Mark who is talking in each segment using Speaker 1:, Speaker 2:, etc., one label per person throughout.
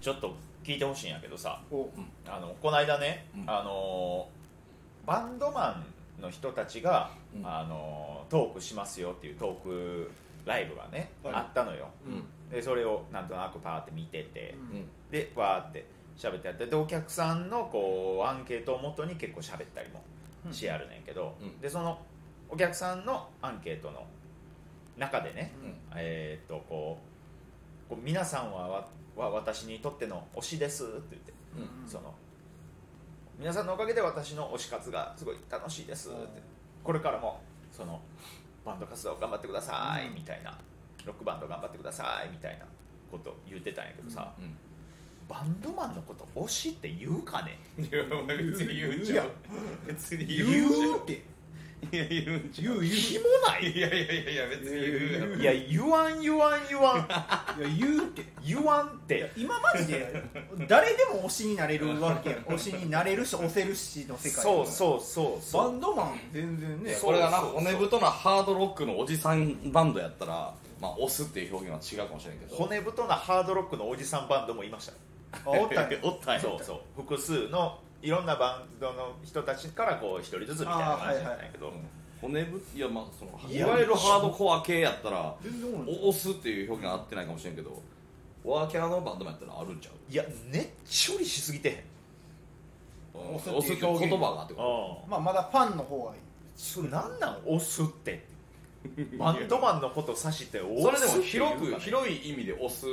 Speaker 1: ちょっと聞いてほしいんやけどさ
Speaker 2: お
Speaker 1: あのこの間ね、
Speaker 3: うん
Speaker 1: あのーバンドマンの人たちが、
Speaker 3: うん
Speaker 1: あのートークしますよっていうトークライブがね、
Speaker 2: はい
Speaker 1: あったのよ
Speaker 3: うん
Speaker 1: でそれをなんとなくパーって見てて、
Speaker 2: うん
Speaker 3: うん
Speaker 1: でわーって喋ってやってでお客さんのこうアンケートをもとに結構喋ったりもしやるねんけど、
Speaker 3: うん
Speaker 1: でそのお客さんのアンケートの中でね、
Speaker 3: うん
Speaker 1: えーっとこうこう皆さんはわは私にとっての推しですって言って、
Speaker 3: うん
Speaker 2: うん
Speaker 1: その皆さんのおかげで私の推し活がすごい楽しいですってこれからもそのバンド活動頑張ってください
Speaker 2: うん
Speaker 1: みたいなロックバンド頑張ってくださいみたいなこと言ってたんやけどさ、
Speaker 3: うん
Speaker 1: バンドマンのこと推しって言うかね
Speaker 4: いやお前別に言うんじゃん別に
Speaker 1: 言
Speaker 4: 言う
Speaker 1: う
Speaker 4: んじゃん
Speaker 1: って
Speaker 4: いや言うんじゃん
Speaker 2: 言う言
Speaker 1: ひもない
Speaker 4: いやいやいやいや別に言うやろ
Speaker 1: いや言わん言わん言わん
Speaker 2: ういや言うって
Speaker 1: 言わんって
Speaker 2: 今まで で誰でも推しになれるわけやん推しになれるし推せるしの世界
Speaker 1: そうそうそう
Speaker 2: バ
Speaker 1: そう
Speaker 2: ンドマン全然
Speaker 3: い
Speaker 2: ね
Speaker 3: や
Speaker 1: そう
Speaker 3: これがな骨太なハードロックのおじさんバンドやったらまあ押すっていう表現は違うかもしれんけど
Speaker 1: 骨太なハードロックのおじさんバンドもいました
Speaker 2: あおっ たんや
Speaker 3: おったんや
Speaker 1: そうそう複数のいろんなバンドの人たちからこう一人ずつみたいな感じなんやけど、
Speaker 3: 骨ぶいやまあその
Speaker 1: い
Speaker 3: い
Speaker 1: や
Speaker 3: わゆるハードコア系やったら
Speaker 2: 全然おもろい
Speaker 3: お押すっていう表現は合ってないかもしれんけどワーキャーのバンドもやったらあるんちゃう
Speaker 1: いやねっちょりしすぎてへん
Speaker 3: うん
Speaker 2: 押
Speaker 3: 押
Speaker 2: すっ
Speaker 3: す
Speaker 2: い
Speaker 3: ってて
Speaker 2: う
Speaker 3: い
Speaker 2: 表
Speaker 3: う
Speaker 2: 現
Speaker 3: 言葉がってこ
Speaker 1: うん
Speaker 2: まあまだファンの方がいい
Speaker 1: それなんなん押すってバンドマンのこと指して
Speaker 3: とそ
Speaker 1: 押
Speaker 3: れ
Speaker 1: す
Speaker 3: で
Speaker 1: って
Speaker 3: も
Speaker 1: いうか
Speaker 3: 広く広い意味で押す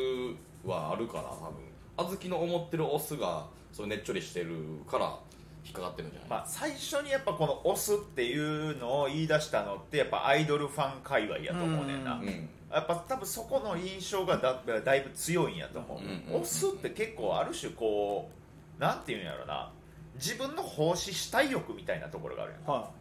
Speaker 3: はあるから多分あずきの思ってる押すがそのねっちょりしてるから引っかかってるんじゃない、
Speaker 1: まあ、最初にやっぱこの「押す」っていうのを言い出したのってやっぱアイドルファン界隈やと思うねんな
Speaker 2: う
Speaker 3: うん
Speaker 1: やっぱ多分そこの印象がだだいぶ強いんやと思う、
Speaker 3: うんうん
Speaker 1: 押すって結構ある種こうなんていうんやろな自分の奉仕したい欲みたいなところがあるやん
Speaker 2: は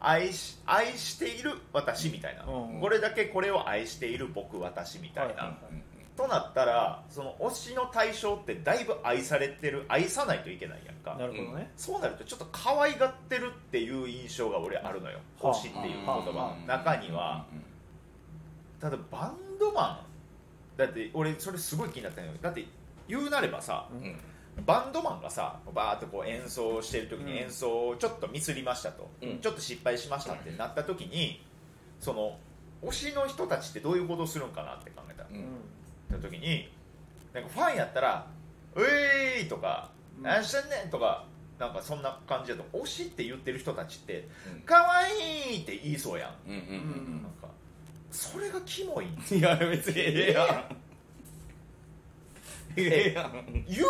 Speaker 1: 愛し愛している私みたいな、
Speaker 2: うん
Speaker 1: これだけこれを愛している僕私みたいな、
Speaker 2: はい
Speaker 3: うん
Speaker 1: となったらその推しの対象ってだいぶ愛されてる愛さないといけないやんか
Speaker 2: いなるほどね
Speaker 1: そうなるとちょっと可愛がってるっていう印象が俺あるのよ
Speaker 2: はあ
Speaker 1: 推しっていう言葉
Speaker 3: う
Speaker 1: の
Speaker 3: ん
Speaker 1: 中には
Speaker 3: うん
Speaker 1: ただバンドマンだって俺それすごい気になったんよだって言うなればさ
Speaker 3: うんうん
Speaker 1: バンドマンがさバーッとこう演奏してる時
Speaker 2: うん
Speaker 1: に演奏をちょっとミスりましたと、
Speaker 3: うん
Speaker 1: ちょっと失敗しましたってなった時にその推しの人たちってどういうことをするんかなって考えた
Speaker 3: うん
Speaker 1: った時になんかファンやったら「うえーい!」とか「
Speaker 2: うん
Speaker 1: 何してんねん!」とかなんかそんな感じだと推しって言ってる人たちって
Speaker 3: うん
Speaker 1: 「かわいい!」って言いそうやん
Speaker 3: うんうんうんうん
Speaker 1: なんかそれがキモい
Speaker 3: いや別にええやんええやん
Speaker 1: 言う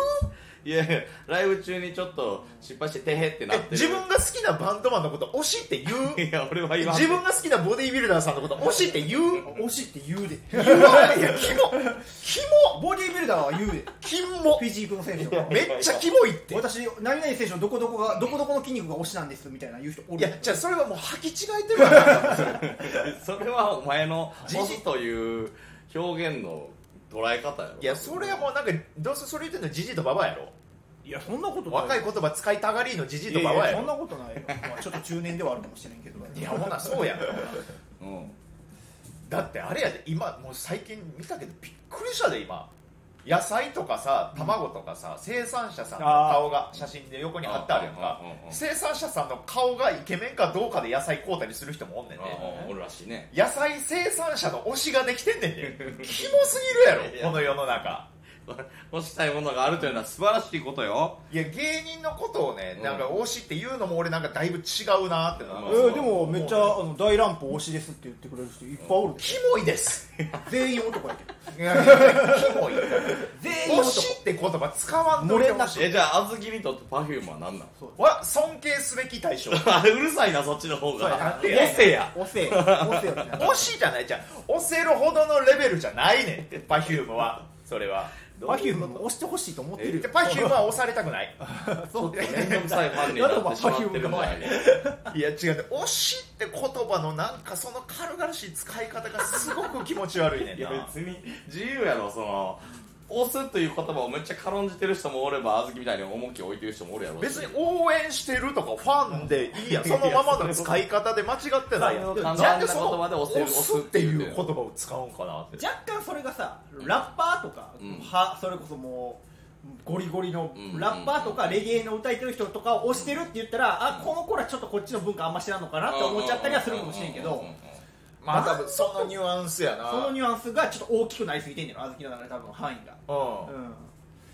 Speaker 3: いやいやライブ中にちょっと失敗しててへってなって
Speaker 1: え
Speaker 3: る
Speaker 1: 自分が好きなバンドマンのこと推しって言 う
Speaker 3: いや俺は言わん
Speaker 1: 自分が好きなボディービルダーさんのこと推しって言う
Speaker 2: うん推しって言うで
Speaker 1: 言わないやキモキモ
Speaker 2: ボディービルダーは 言うで
Speaker 1: キモ
Speaker 2: フィジークの選手とか
Speaker 1: めっちゃキモい って
Speaker 2: 私何々選手のどこどこがどこどこの筋肉が推しなんですみたいな言う人おる
Speaker 1: いやじゃあそれはもう履き違えてるから
Speaker 3: それはお前の
Speaker 1: じじ
Speaker 3: 「押す」という表現の捉え方やろ
Speaker 1: いやそれはもうなんかどうせそれ言ってんのジジイとババアやろ
Speaker 2: いやそんなことない
Speaker 1: 若い言葉使いたがりのじじいと
Speaker 2: い
Speaker 1: か
Speaker 2: やい
Speaker 1: は
Speaker 2: や
Speaker 1: や
Speaker 2: そん
Speaker 1: ろ
Speaker 2: なことないよ、まあ、ちょっと中年ではあるかもしれんけど
Speaker 1: いやほなそうやん
Speaker 3: うん
Speaker 1: だってあれやで今もう最近見たけどびっくりしたで今野菜とかさ卵とかさ、生産者さんの顔が写真で横に貼ってあるやんか
Speaker 3: うんうんうんうん
Speaker 1: 生産者さんの顔がイケメンかどうかで野菜買うたりする人もおんねんね
Speaker 3: ああおるらしいね
Speaker 1: 野菜生産者の推しができてんねんでキモすぎるやろこの世の中
Speaker 3: 押したいものがあるというのは素晴らしいことよ
Speaker 1: いや芸人のことをね
Speaker 3: うん
Speaker 1: なんか推しっていうのも俺なんかだいぶ違うなってな
Speaker 3: うん
Speaker 2: えーでもめっちゃあの大乱歩推しですって言ってくれる人いっぱいおるで
Speaker 1: キモいです
Speaker 2: 全員男やけど
Speaker 1: いやいやキモい
Speaker 2: 全
Speaker 1: 推
Speaker 2: 員男
Speaker 1: しって言葉使わんと
Speaker 2: 漏
Speaker 1: いて
Speaker 2: れ
Speaker 1: ほ
Speaker 2: な
Speaker 1: しい
Speaker 2: し
Speaker 3: えじゃあ小豆にとってパフュームは何なの
Speaker 1: わ尊敬すべき対象
Speaker 3: あれうるさいなそっちの方
Speaker 1: そうやな
Speaker 3: が
Speaker 1: んでや
Speaker 3: 押せや
Speaker 2: おせえおせえや
Speaker 1: 推しじゃないじゃん推せるほどのレベルじゃないねん Perfume はそれは
Speaker 2: パフューム推してほしいと思ってるよ
Speaker 1: Perfume は押されたくない
Speaker 2: そう
Speaker 3: 面倒くさいファンになってしまってるんじゃない
Speaker 1: いや違うね推しって言葉のなんかその軽々しい使い方がすごく気持ち悪いねん
Speaker 3: いや
Speaker 1: な
Speaker 3: 別に自由やろその押すという言葉をめっちゃ軽んじてる人もおれば小豆みたいに重きを置いてる人もおるやろ
Speaker 1: 別に応援してるとかファンでいいやんそのままの使い方で間違ってないやん
Speaker 3: いやそれ
Speaker 1: なんでそ
Speaker 3: 簡単な言葉で
Speaker 1: の
Speaker 3: 押せる
Speaker 1: 押すっていう
Speaker 3: 押すっていう
Speaker 1: 言葉を使うんかなって
Speaker 2: 若干それがさラッパーとか、
Speaker 3: うん
Speaker 2: はそれこそもうゴリゴリの
Speaker 3: うん
Speaker 2: ラッパーとかレゲエの歌いてる人とかを推してるって言ったら、あこの子らちょっとこっちの文化あんま知らんのかなって思っちゃったりはするかもしれんけど、
Speaker 1: まあ多分そのニュアンスやな
Speaker 2: そのニュアンスがちょっと大きくなりすぎてんねんあずきの中で多分範囲が、
Speaker 1: うん
Speaker 2: うん、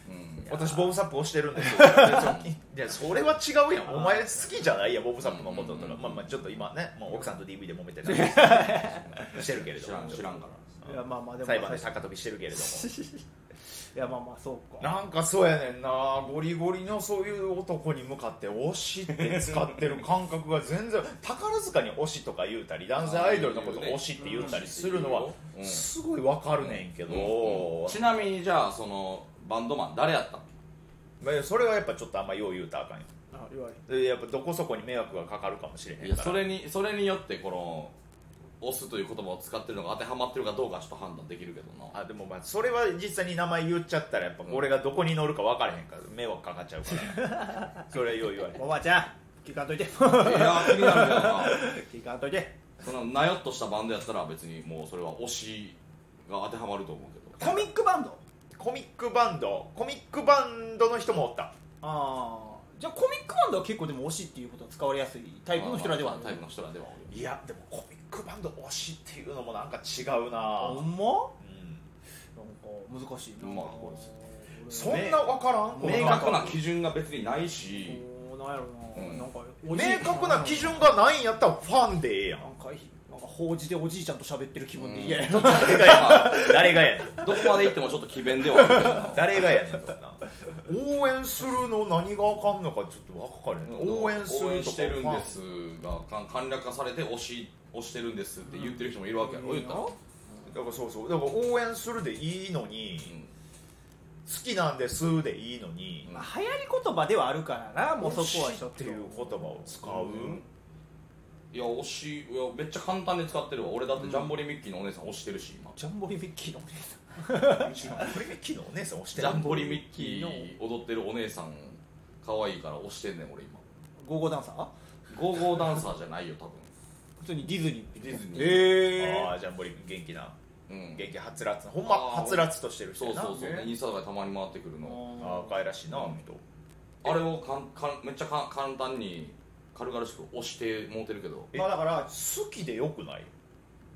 Speaker 3: うん
Speaker 1: 私ボブサップ推してるん ですよいやそいやそれは違うやんお前好きじゃないやボブサップのこととか、
Speaker 3: うん
Speaker 1: まあまあちょっと今ねもう奥さんと DV で揉めてたりしてるけれど
Speaker 3: 知らん
Speaker 1: も
Speaker 3: 知らんか ら
Speaker 2: いやまあまあでも
Speaker 1: 裁判で高飛びしてるけれども
Speaker 2: いやまあまあそうか
Speaker 1: なんかそうやねんなゴリゴリのそういう男に向かって推しって使ってる感覚が全然宝塚に推しとか言うたり男性アイドルのことを推しって言うたりするのは
Speaker 3: うん
Speaker 1: すごいわかるねんけど、
Speaker 3: うんちなみにじゃあそのバンドマン誰やったの
Speaker 1: まあそれはやっぱちょっとあんまよう言うたらあかんよ
Speaker 2: あ言われ
Speaker 1: でやっぱどこそこに迷惑がかかるかもしれへんか
Speaker 3: い
Speaker 1: ら
Speaker 3: やそれにそれによってこの「押す」という言葉を使ってるのが当てはまってるかどうかはちょっと判断できるけどな
Speaker 1: あでもまあそれは実際に名前言っちゃったらやっぱ俺がどこに乗るか分からへんから迷惑かかっちゃうから それはよう言われ
Speaker 2: おばあちゃん聞かんといて
Speaker 3: いや気になるけどな
Speaker 2: 聞かんといて
Speaker 3: そのなよっとしたバンドやったら別にもうそれは推しが当てはまると思うけど
Speaker 2: コミックバンド
Speaker 1: コミックバンドコミックバンドの人もおった
Speaker 2: ああじゃあコミックバンドは結構でも推しっていうことは使われやすいタイプの人らではある
Speaker 3: タイプの人らではある
Speaker 1: いやでもコミックバンド推しっていうのもなんか違うな、
Speaker 2: ほ
Speaker 1: うん
Speaker 2: んまなんか難しいな、
Speaker 3: まあ
Speaker 2: これ
Speaker 1: そんな分からん
Speaker 2: ね
Speaker 3: 明
Speaker 1: こ
Speaker 3: 確
Speaker 1: の
Speaker 3: な基準が別にないし
Speaker 2: こうなんやろな、
Speaker 3: うん
Speaker 2: なんかおじい
Speaker 1: 明確な基準がないんやったらファンでええやん
Speaker 2: なんかなんか法事でおじいちゃんと喋ってる気分で
Speaker 3: うん
Speaker 2: 嫌やな、
Speaker 1: 誰がやねん誰がやねん
Speaker 3: どこまで行ってもちょっと詭弁ではあるけどな
Speaker 1: 誰がやねんそんな応援するの何があかんのかちょっと分から へん応援するとか
Speaker 3: 応援してるんですがか簡略化されて推し推してるんですって言ってる人もいるわけやろ、
Speaker 2: うん
Speaker 3: 言ったら、うん
Speaker 1: だからそうそうだから応援するでいいのに、好きなんですでいいのに、
Speaker 2: まあ、流行り言葉ではあるからなもうそこはちょっ
Speaker 1: って
Speaker 2: と
Speaker 1: いう言葉を使う、
Speaker 3: いや推しいやめっちゃ簡単に使ってるわ俺だってジャンボリミッキーのお姉さん推してるし今
Speaker 2: ジャンボリミッキーのお姉さ
Speaker 1: これ昨日お姉さん押して
Speaker 3: ジ
Speaker 1: る
Speaker 3: ャンボリミッキー踊ってるお姉さん可愛いから推してんねん俺今
Speaker 2: んゴーゴーダンサー
Speaker 3: ゴーゴーダンサーじゃないよ多分
Speaker 2: 普通にディズニー
Speaker 3: ディズニー、
Speaker 2: え
Speaker 1: ああジャンボリ元気な
Speaker 3: うん、
Speaker 1: 元気はつらつほんま
Speaker 3: あー
Speaker 1: はつらつとしてる人
Speaker 3: そう
Speaker 1: やな
Speaker 3: そうそう、
Speaker 2: ね
Speaker 3: インスタとかでたまに回ってくるの
Speaker 1: ああ可愛らしいなあの人
Speaker 3: あれをかんかんめっちゃかん簡単に軽々しく推してもうてるけど
Speaker 2: まあだから
Speaker 1: 好きでよくない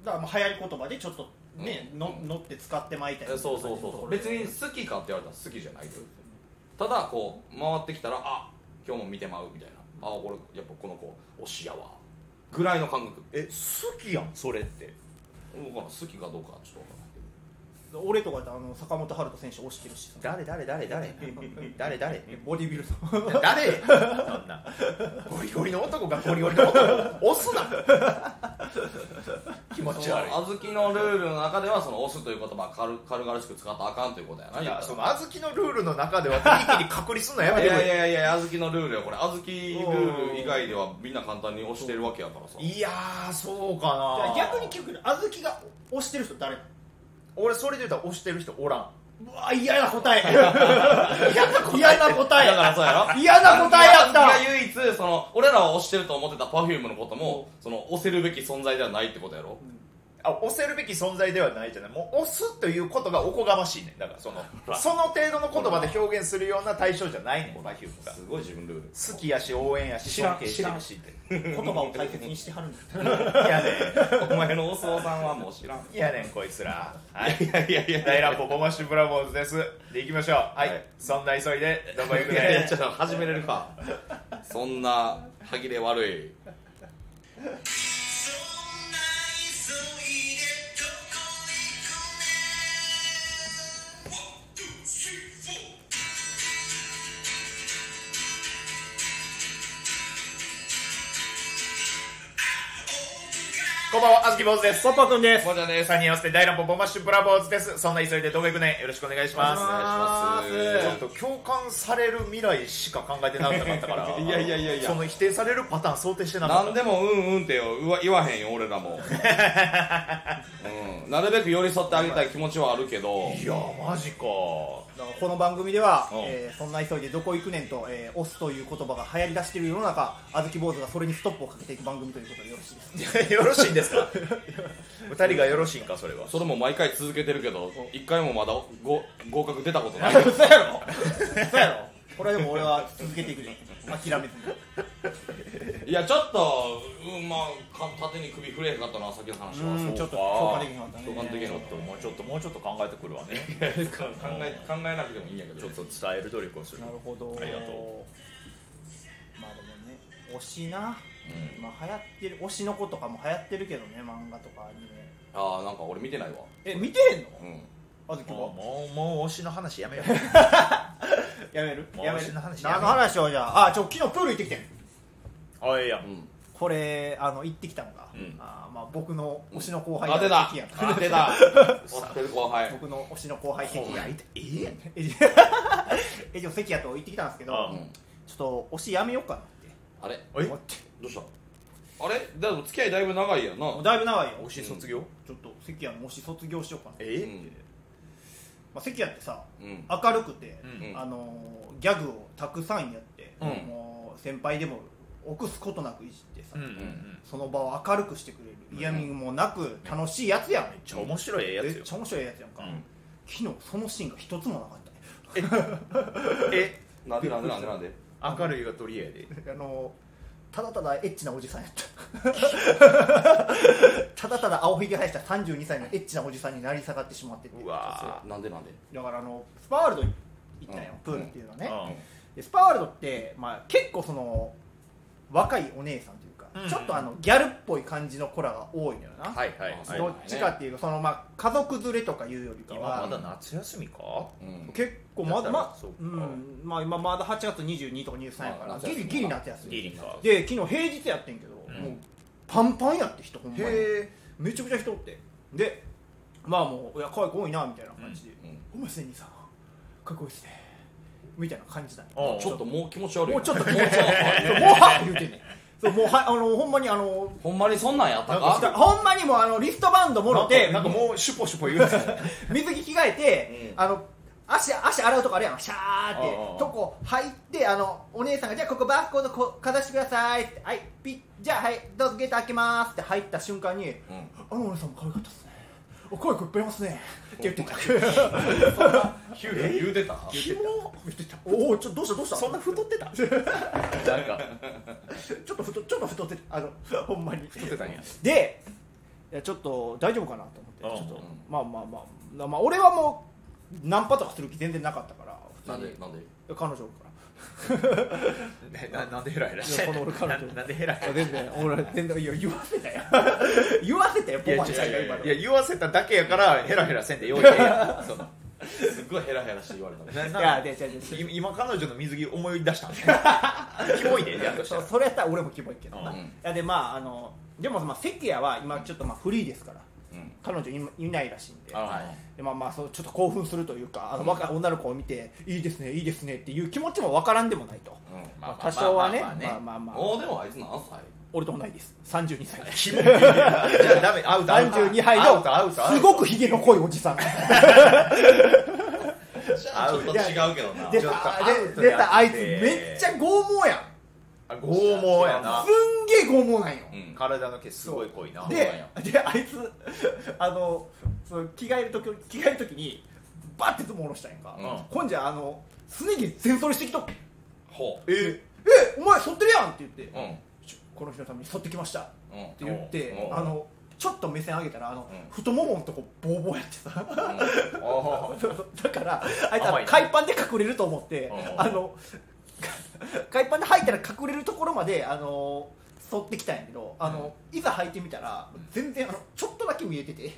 Speaker 2: だからまあ流行り言葉でちょっとね、
Speaker 3: うん
Speaker 2: の乗って使ってまいたい
Speaker 3: えそうそうそうそう別に好きかって言われたら好きじゃないとただこう回ってきたらあ今日も見てまうみたいなあ俺やっぱこの子推しやわぐらいの感覚
Speaker 1: え好きやんそれって
Speaker 3: 僕は好きかどうかはちょっと分からないけど
Speaker 2: 俺とかってあの坂本春人選手推してるしさ
Speaker 1: 誰誰誰誰 誰誰
Speaker 2: ボディビル の
Speaker 1: 誰そんなゴリゴリの男がゴリゴリの男を押すな気持ち
Speaker 3: その
Speaker 1: 悪い
Speaker 3: 小豆のルールの中ではその押すという言葉は軽軽々しく使ったらあかんということやない言っ
Speaker 1: や
Speaker 3: たら
Speaker 1: その小豆のルールの中では一気に隔離すんのやめ
Speaker 3: い
Speaker 1: てく
Speaker 3: やい
Speaker 1: れ
Speaker 3: やいや小豆のルールやこれ小豆ルール以外ではみんな簡単に押してるわけやからさ
Speaker 1: いやーそうか
Speaker 2: じゃ
Speaker 1: な
Speaker 2: あ逆に聞くけどあずきが推してる人誰
Speaker 1: 俺それで言うたら押してる人おらん
Speaker 2: うわ嫌な答え嫌な答え
Speaker 3: だからそうやろ
Speaker 2: 嫌な答えやっ
Speaker 3: が
Speaker 2: た
Speaker 3: 唯一その俺らは推してると思ってた Perfume のこともその推せるべき存在ではないってことやろ
Speaker 1: あ押せるべき存在ではないじゃないもう押すということがおこがましいねんだからそのその程度の言葉で表現するような対象じゃないねん Perfume が
Speaker 3: すごい自分ルール
Speaker 1: 好きやし応援やし
Speaker 2: 知らん
Speaker 1: 尊敬してるしって
Speaker 2: 言葉を大切にしてはるんだ
Speaker 1: いやね
Speaker 3: お前のお相さんはもう知らん
Speaker 1: んいやねんこいつらはい
Speaker 3: いやいやいや
Speaker 1: 大乱歩ボマッシュブラボーズですで行きましょうはい、
Speaker 3: はい
Speaker 1: そんな急いでどこ行く
Speaker 3: いやいや
Speaker 1: ね
Speaker 3: ちょっと始めれるかそんな歯切れ悪い
Speaker 1: こんばんはあずき坊主です
Speaker 2: ポッポくんです
Speaker 3: もじゃね
Speaker 1: 3人合わせて大乱歩ボマッシュブラボーズですそんな急いでどこ行くねんよろしくお願いします
Speaker 2: お願いします
Speaker 3: お願いし
Speaker 1: ちょ
Speaker 3: ま
Speaker 1: っと共感される未来しか考えてなかったから
Speaker 3: いやいやいやいや
Speaker 1: その否定されるパターン想定してな
Speaker 3: すな
Speaker 1: かっ
Speaker 3: んでもうんうんってようわ言わへんよ俺らもうんなるべく寄り添ってあげたい気持ちはあるけど
Speaker 1: いやマジか
Speaker 2: この番組では、
Speaker 1: うん
Speaker 2: えーそんな急いでどこ行くねんと、えー、押すという言葉が流行り出している世の中、あずき坊主がそれにストップをかけていく番組ということでよろしいですか。
Speaker 1: よろしいんですか 二人がよろしいんかそれは
Speaker 3: それも毎回続けてるけど一回もまだご合格出たことない
Speaker 2: 嘘やろ嘘やろこれはでも俺は続けていくで、諦めずに。
Speaker 3: いやちょっと、うん、まあか縦に首振れへんかったなさっきの話は、
Speaker 2: うん
Speaker 3: そう
Speaker 2: ちょっと
Speaker 1: そう
Speaker 2: 共
Speaker 1: か
Speaker 2: 感できなかったね。
Speaker 3: 共感できなかっ
Speaker 1: もうちょっともうちょっと考えてくるわね
Speaker 3: 考え考えなくてもいいんやけど
Speaker 1: ちょっと伝える努力をする
Speaker 2: なるほど。
Speaker 1: ありがとう
Speaker 2: まあでもね、推しな。まあ流行ってる推しの子とかも流行ってるけどね、漫画とかアニメ。
Speaker 3: ああなんか俺見てないわ
Speaker 2: え、見てへんの？
Speaker 3: うん
Speaker 2: あずきは。
Speaker 1: もうもう推しの話やめよう
Speaker 2: やめる
Speaker 1: もう
Speaker 2: やめ
Speaker 1: 推し
Speaker 2: る
Speaker 1: の話やめ
Speaker 2: 何
Speaker 1: る
Speaker 2: の話をじゃああちょ昨日プール行ってきてん
Speaker 1: あいや
Speaker 3: うん
Speaker 2: これあの行ってきたのが、
Speaker 1: うん
Speaker 2: あーまあ、僕の推しの後輩
Speaker 3: 当てた
Speaker 2: 敵やん
Speaker 3: 当てた当てる後輩
Speaker 2: 僕の推しの後輩関
Speaker 1: いや
Speaker 2: 谷
Speaker 1: いいやん
Speaker 2: えじえじょ関谷と行ってきたんですけど
Speaker 1: あ
Speaker 3: うん
Speaker 2: ちょっと推しやめようかなっ
Speaker 3: あれ
Speaker 1: え
Speaker 2: て思って
Speaker 3: どうしたあれでも付き合いだいぶ長いやんな
Speaker 2: もうだいぶ長いよ
Speaker 1: 推し卒業
Speaker 2: ちょっと関谷の推し卒業しようかな、
Speaker 1: え
Speaker 3: うん
Speaker 2: まあ、関谷ってさ
Speaker 3: うん
Speaker 2: 明るくて、
Speaker 1: うん
Speaker 2: あのーギャグをたくさんやって、
Speaker 3: うん
Speaker 2: もう先輩でも臆すことなくいじってさ、
Speaker 1: うんうんうん
Speaker 2: その場を明るくしてくれる嫌味もなく楽しいやつやん、
Speaker 1: めっちゃ面白いや
Speaker 2: めっ
Speaker 1: つよ
Speaker 2: ちゃ面白いやつやんか、
Speaker 1: うん
Speaker 2: 昨日そのシーンが一つもなかったね
Speaker 1: え
Speaker 3: なんでなんでなんでなんで
Speaker 1: 明るいが取り柄で
Speaker 2: あのただただエッチなおじさんやった ただただ青ひげ生やした32歳のエッチなおじさんになり下がってしまってて
Speaker 1: うわ
Speaker 3: なんでなんで
Speaker 2: だからあのスパワールド行ったよ、
Speaker 3: うん
Speaker 2: プールっていうのはね、
Speaker 1: ー
Speaker 2: でスパワールドって、まあ、結構その若いお姉さんというか、
Speaker 1: うん
Speaker 2: ちょっとあのギャルっぽい感じの子らが多いのよな、
Speaker 1: うんはいはい
Speaker 3: あそう
Speaker 1: は
Speaker 2: どっちかっていうとその、まあ、家族連れとかいうより
Speaker 1: い
Speaker 2: かは
Speaker 1: 今まだ夏休みか
Speaker 3: うん
Speaker 2: 結構ま
Speaker 1: だ
Speaker 2: だ
Speaker 1: から
Speaker 2: まあ
Speaker 1: そうか
Speaker 2: うんまあ、今まだ8月22とか23やか
Speaker 3: ま
Speaker 2: ら
Speaker 3: あ
Speaker 2: ギリギリ夏休
Speaker 1: リ
Speaker 2: み
Speaker 1: リか
Speaker 2: で昨日平日やってんけど、
Speaker 1: ん
Speaker 2: もうパンパンやって人ほんまに
Speaker 1: へ
Speaker 2: めちゃくちゃ人おってでまあもういや可愛い子多いなみたいな感じで
Speaker 3: うんうん
Speaker 2: 「お前すでにさんかっこいいっすね」みたいな感じだね
Speaker 1: あー
Speaker 3: ちょっともう気持ち悪い
Speaker 2: もうちょっともうちょっと もう
Speaker 3: 気持ち悪い
Speaker 2: はっ言うてんねんそうもうはあのほんまにあの
Speaker 3: ほんまにそんなんやったか
Speaker 2: ほんまにもうあのリストバンドもろて
Speaker 1: なんかもうシュポシュポ言うやつ
Speaker 2: 水着着替えて、
Speaker 3: うん
Speaker 2: あの足足洗うとこあるやんシャーって
Speaker 1: うんうんうん
Speaker 2: とこ入ってあのお姉さんがじゃあここバーコードこかざしてくださいってはいピッじゃあはいどうぞゲート開けますって入った瞬間に
Speaker 3: うん
Speaker 2: あのお姉さんも可愛かったっすねお声いっぱいいますねって言ってた
Speaker 3: ヒュー言うてた
Speaker 2: キモ言ってたおおちょどうしたどうした
Speaker 1: そんな太ってたなんか
Speaker 2: ちょっと太ちょっと太ってたあのほんまに
Speaker 1: 太ってたんや
Speaker 2: でいやちょっと大丈夫かなと思って
Speaker 1: うん
Speaker 2: ちょっと
Speaker 3: うん
Speaker 2: まあまあまあなまあ俺はもうナンパとかする気全然なかったから普
Speaker 3: なん
Speaker 2: 通に
Speaker 3: でなんで
Speaker 2: 彼女から
Speaker 1: ななんでヘラヘラし
Speaker 2: い
Speaker 1: て
Speaker 2: やこの俺彼女
Speaker 1: ななんでヘラヘ
Speaker 2: あ全然俺全然いや言わせたよ 言わせたよポ
Speaker 1: ラ
Speaker 2: マちゃんが
Speaker 1: い
Speaker 2: 今
Speaker 1: や
Speaker 2: の
Speaker 1: いや言わせただけやからヘラヘラせんでよいええやんその
Speaker 3: すっごいヘラヘラして言われ た
Speaker 1: な
Speaker 3: ね
Speaker 1: いな
Speaker 2: やいやいやいや
Speaker 1: 今今彼女の水着思い出したんねキモいでやっとした
Speaker 2: そ
Speaker 1: ら
Speaker 2: うそれやったら俺もキモいけどな、
Speaker 1: うん
Speaker 2: いやでまああのでもまあ関谷は今ちょっとまあフリーですから
Speaker 3: うん
Speaker 2: 彼女今いないらしいんで
Speaker 1: あの
Speaker 3: はい
Speaker 2: でまあまあそうちょっと興奮するというかあの若い女の子を見ていいですねいいですねっていう気持ちもわからんでもないと、
Speaker 3: うん
Speaker 1: まあまあ
Speaker 2: 多少はね
Speaker 1: ま
Speaker 2: ま
Speaker 1: あ
Speaker 2: あ
Speaker 1: まあまあね
Speaker 2: まあまあ
Speaker 3: おーでもあいつ何歳
Speaker 2: 俺と同いです32 歳です
Speaker 1: キモいじゃあダメアウトアウト
Speaker 2: 32杯
Speaker 1: アウトアウ
Speaker 2: の
Speaker 1: トアウ
Speaker 2: す
Speaker 1: ト
Speaker 2: ごくひげの濃いおじさん
Speaker 3: じゃあちょっと違うけどな
Speaker 2: 出
Speaker 1: ちょっと
Speaker 2: た
Speaker 1: アウト
Speaker 2: で出
Speaker 1: やって
Speaker 2: たあいつめっちゃ剛毛やん
Speaker 1: あ剛毛やな
Speaker 2: すんげえ剛毛なんよ、
Speaker 3: うん
Speaker 1: 体の毛すごい濃いな
Speaker 3: そうなん
Speaker 2: で
Speaker 3: や
Speaker 2: であいつあのその着替える時着替える時にバッてズボン下ろしたんやんか、
Speaker 3: う
Speaker 2: ほんじゃあのすね毛全剃りしてきとって
Speaker 3: ほう
Speaker 1: え
Speaker 2: えお前剃ってるやんって言って、
Speaker 3: うん
Speaker 2: ちょこの日のために剃ってきましたっ
Speaker 3: うん
Speaker 2: て言って、
Speaker 3: うん
Speaker 2: あのちょっと目線上げたらあの、
Speaker 3: うん
Speaker 2: 太もものとこボーボーやってさ
Speaker 1: あ
Speaker 2: だからあいつ
Speaker 1: 甘い
Speaker 2: は
Speaker 1: な
Speaker 2: 海パンで隠れると思って
Speaker 1: うん
Speaker 2: あの海パンで履いたら隠れるところまであの剃ってきたんやけどあの、いざ履いてみたら全然あのちょっとだけ見えてて
Speaker 3: うん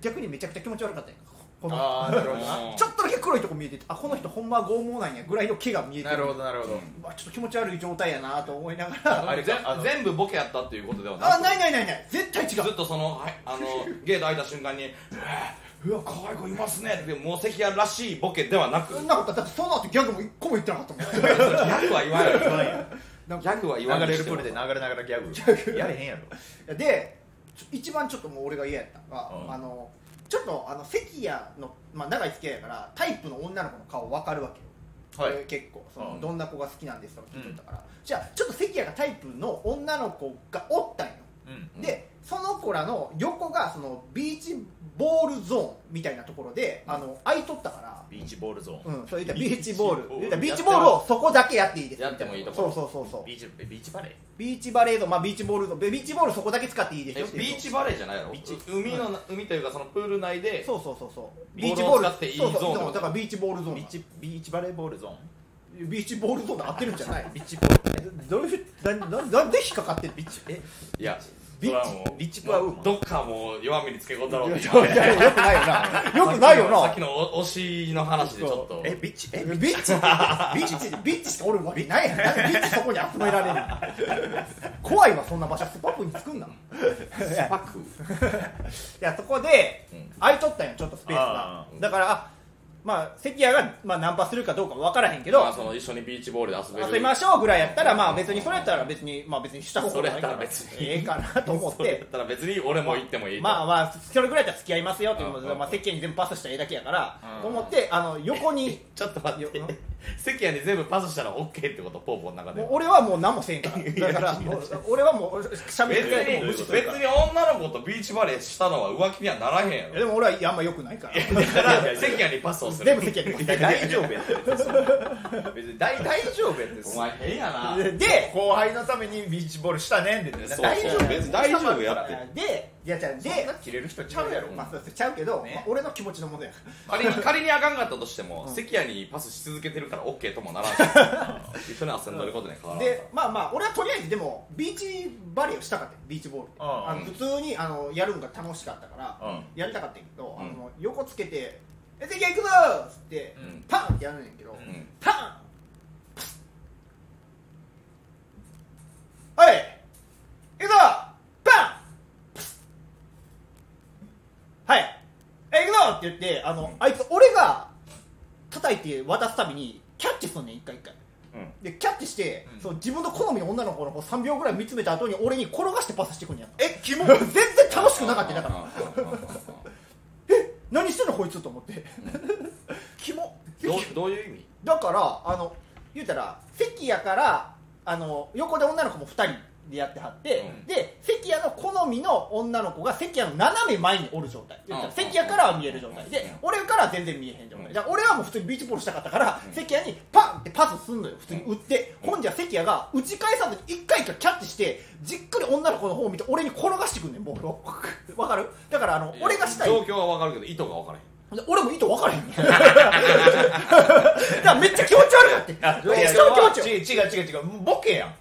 Speaker 2: 逆にめちゃくちゃ気持ち悪かったんやこ
Speaker 1: ー
Speaker 2: の
Speaker 1: あーなるほどな
Speaker 2: ちょっとだけ黒いとこ見えててあこの人ほんまは剛毛なんやぐらいの毛が見えて
Speaker 1: なるほどなるほど
Speaker 2: うわちょっと気持ち悪い状態やなと思いながら
Speaker 1: あれか
Speaker 3: ぜん
Speaker 1: あの
Speaker 3: 全部ボケやったっていうことでは
Speaker 2: あないいないないない絶対違
Speaker 3: ず
Speaker 2: う
Speaker 3: っとそのはいあのゲート開いた瞬間に「うわ可愛い子いますね」ってもう関谷らしいボケではなく
Speaker 2: そんなことだってその後ギャグも一個も言ってなかったもん
Speaker 3: ギャグは言わない ギャグは言わな
Speaker 1: 流
Speaker 3: い
Speaker 1: れるプールで流れながらギャグやれへんやろ
Speaker 2: でちょ一番ちょっともう俺が嫌やったのが、
Speaker 1: うん
Speaker 2: あのちょっとあの関谷の、まあ、長い付き合いやからタイプの女の子の顔分かるわけよ
Speaker 1: はい
Speaker 2: 俺結構その、
Speaker 1: うん
Speaker 2: どんな子が好きなんですとか聞いとったから、じゃあちょっと関谷がタイプの女の子がおったんよ
Speaker 1: うん
Speaker 3: うん
Speaker 2: でその子らの横がそのビーチボールゾーンみたいなところで、あの空いとったから、
Speaker 1: ビーチボールゾーン
Speaker 2: うん、それ言ったらビーチボール
Speaker 3: ビ
Speaker 2: 言
Speaker 3: ーチボール
Speaker 2: ったらビーチボールをそこだけやっていいです
Speaker 3: やってもいいところ
Speaker 2: そうそうそうそう
Speaker 1: ビーチビーチバレー
Speaker 2: ビーチバレード、まあ、ビーチボールゾーンビーチボールそこだけ使っていいです
Speaker 3: え
Speaker 2: よっていう
Speaker 3: ビーチバレーじゃないやろ
Speaker 1: ビーチ
Speaker 3: 海のな海というかそのプール内で
Speaker 2: そうそうそうそう
Speaker 3: ボールを使っていいゾーンってこと
Speaker 2: そうそうだからビーチボールゾーン
Speaker 1: ビーチビーチバレーボールゾーン
Speaker 2: ビーチボールゾーンで合ってるんじゃない
Speaker 1: ビーチボール
Speaker 2: どういうなななんで引っかかってる
Speaker 1: ビーチえ
Speaker 3: いや
Speaker 1: ビ
Speaker 3: それ
Speaker 1: ー
Speaker 3: は
Speaker 1: チ
Speaker 3: もう
Speaker 1: ビーチパウーマン
Speaker 3: どっかもう弱みにつけ込んだろうって
Speaker 2: いやよくないよなよくないよ
Speaker 3: さっ
Speaker 2: な
Speaker 3: きの推しの話でちょっと
Speaker 1: えビーチえ
Speaker 2: ビッチビッチビッチしておるわけないやんなんでビッチそこに集められるの怖いわそんな場所スパップに作んないや
Speaker 3: パク
Speaker 2: いやそこで
Speaker 3: うん
Speaker 2: 空いとったんよちょっとスペースが
Speaker 1: あ
Speaker 3: ー
Speaker 2: だからあまあ関谷が、まあ、ナンパするかどうか分からへんけど
Speaker 3: まあその一緒にビーチボールで遊べる
Speaker 2: 遊びましょうぐらいやったら、まあ別にそれやったら別に、まあ別にした方
Speaker 3: それ
Speaker 2: がい
Speaker 3: や
Speaker 2: い
Speaker 3: った
Speaker 2: からら
Speaker 3: 別に
Speaker 2: ええかなと思っ、
Speaker 3: それやってたら別に俺も行ってもいいと
Speaker 2: まあまあ、それぐらいやったら付き合いますよっていう
Speaker 3: うんうん
Speaker 2: まあ世間に全部パスしたらええだけやから、
Speaker 1: うん
Speaker 2: と思って、あの横に、
Speaker 3: ちょっと待って
Speaker 2: よ
Speaker 3: 関谷に全部パスしたら OK ってことポーポーの中で
Speaker 2: もう俺はもう何もせん から、だから、もう俺はもう喋
Speaker 3: 別
Speaker 2: りたいと
Speaker 3: に
Speaker 2: 思う
Speaker 3: 別
Speaker 2: し、
Speaker 3: に女の子とビーチバレーしたのは浮気にはならへんや
Speaker 2: で
Speaker 3: ろ
Speaker 2: も俺はあんま良くないから、
Speaker 3: だから関谷にパスをする
Speaker 2: 全部関谷に
Speaker 1: いや大丈夫やって別に別に大大丈夫や って
Speaker 3: お前変やな
Speaker 2: で、
Speaker 1: 後輩のためにビーチボールしたねんでね
Speaker 3: そう
Speaker 1: 大丈夫
Speaker 3: 別に大丈夫やって
Speaker 2: で、いやじゃあで、
Speaker 1: 切れる人ち
Speaker 2: ち
Speaker 1: ゃ
Speaker 2: ゃ
Speaker 1: う
Speaker 2: う
Speaker 1: や
Speaker 2: や
Speaker 1: ろ
Speaker 2: ろ、
Speaker 1: お前
Speaker 2: まあ、そうちゃうけど、
Speaker 1: ね
Speaker 2: まあ俺の気持ちの問題やから
Speaker 3: 仮に仮にあかんかったとしても、
Speaker 2: うん
Speaker 3: 関谷にパスし続けてるから OK ともならんし一緒に遊んでることに変わらん
Speaker 2: でまあまあ俺はとりあえずでもビーチバレーをしたかったよビーチボールで
Speaker 1: うんうん
Speaker 2: あの普通にあのやるのが楽しかったから
Speaker 1: うん
Speaker 2: やりたかったんやけど、
Speaker 3: うん
Speaker 2: あの横つけて「え関谷行くぞ!」っつって、
Speaker 1: うん
Speaker 2: パンってやるねんけど、
Speaker 3: うん、
Speaker 2: パンパスはい行くぞパンパスはいえ行くぞって言ってあの、あいつ俺が叩いて渡すたびにキャッチすんねん一回一回。
Speaker 3: うん
Speaker 2: でキャッチして、
Speaker 1: うん
Speaker 2: そう自分の好みの女の子の子を3秒ぐらい見つめた後に俺に転がしてパスしてくんねやん
Speaker 1: えキモ
Speaker 2: 全然楽しくなかったよだから
Speaker 3: うんうんうんうん
Speaker 2: 何してんのこいつと思ってキモ
Speaker 3: どうどういう意味
Speaker 2: だからあの言うたら関やからあの横で女の子も2人でやってはって、
Speaker 3: うん
Speaker 2: で関谷の好みの女の子が関谷の斜め前におる状態言うたら
Speaker 3: うん
Speaker 2: 関谷からは見える状態
Speaker 3: うん
Speaker 2: で俺からは全然見えへん状態、
Speaker 3: うん
Speaker 2: じゃあ俺はもう普通にビーチボールしたかったから、
Speaker 3: うん
Speaker 2: 関谷にパンってパスすんのよ普通に打って、
Speaker 3: うん
Speaker 2: ほんじゃ関谷が打ち返さずに1回一回キャッチしてじっくり女の子の方を見て俺に転がしてくんねんボールを わかるだからあの俺がしたい
Speaker 3: 状況は分かるけど意図が分からへん
Speaker 2: で俺も意図分からへん ねんだからめっちゃ気持ち悪かって
Speaker 1: い
Speaker 2: めっ
Speaker 1: や
Speaker 2: ちゃ気持ち悪い
Speaker 1: 違う違う違う違うボケやん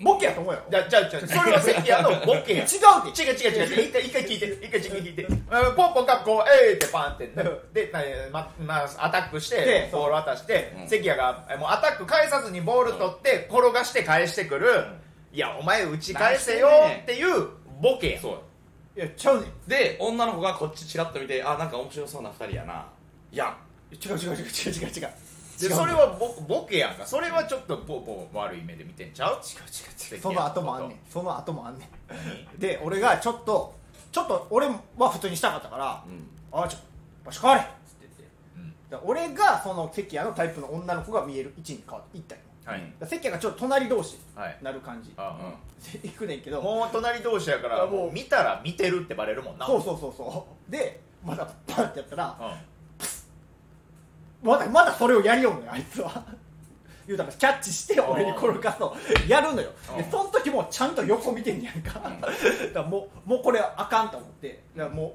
Speaker 2: ボケやと思うやろ
Speaker 1: じゃじゃじゃ それは関谷のボケ
Speaker 2: 違
Speaker 1: や
Speaker 2: うんっ
Speaker 1: 違う違う違う一回一回聞いて一回一回聞い てうんポンポン格好えーってパンってでなままあアタッてして
Speaker 2: で
Speaker 1: ボール渡して
Speaker 3: うん
Speaker 1: 関谷がえもうアタック返さずにボール取って転がして返してくるいやお前打ち返せよっていうボケやん
Speaker 3: そうや
Speaker 2: ていやちゃうねん
Speaker 3: で女の子がこっちちらっと見てあなんか面白そうな2人やないや
Speaker 2: 違う違う違う違う違う違う
Speaker 1: で
Speaker 2: 違う
Speaker 1: それはボボケやんかそれはちょっとポポ悪い目で見てんちゃう違う違う
Speaker 2: その後もあんねんその後もあんねんで俺がちょっとちょっと俺は普通にしたかったから
Speaker 3: うん
Speaker 2: 「あちょ場所変われ!」っつって言って
Speaker 1: うん
Speaker 2: だから俺がその関谷のタイプの女の子が見える位置に変わっていったんよ
Speaker 1: はい
Speaker 2: だから関谷がちょっと隣同士
Speaker 1: はい
Speaker 2: になる感じ
Speaker 1: あ
Speaker 3: うん
Speaker 2: で行くねんけど
Speaker 1: もう隣同士やか
Speaker 2: い
Speaker 1: ら
Speaker 2: やもう
Speaker 1: もう見たら見てるってバレるもんな
Speaker 2: そうそうそうそうでまだパンってやったら
Speaker 1: うん
Speaker 2: まだまだそれをやりようのよあいつは 言うたらキャッチして俺に転がすとやるのよ
Speaker 1: うん
Speaker 2: でその時もちゃんと横見てんねやんかだからもうもうこれはあかんと思ってだからもう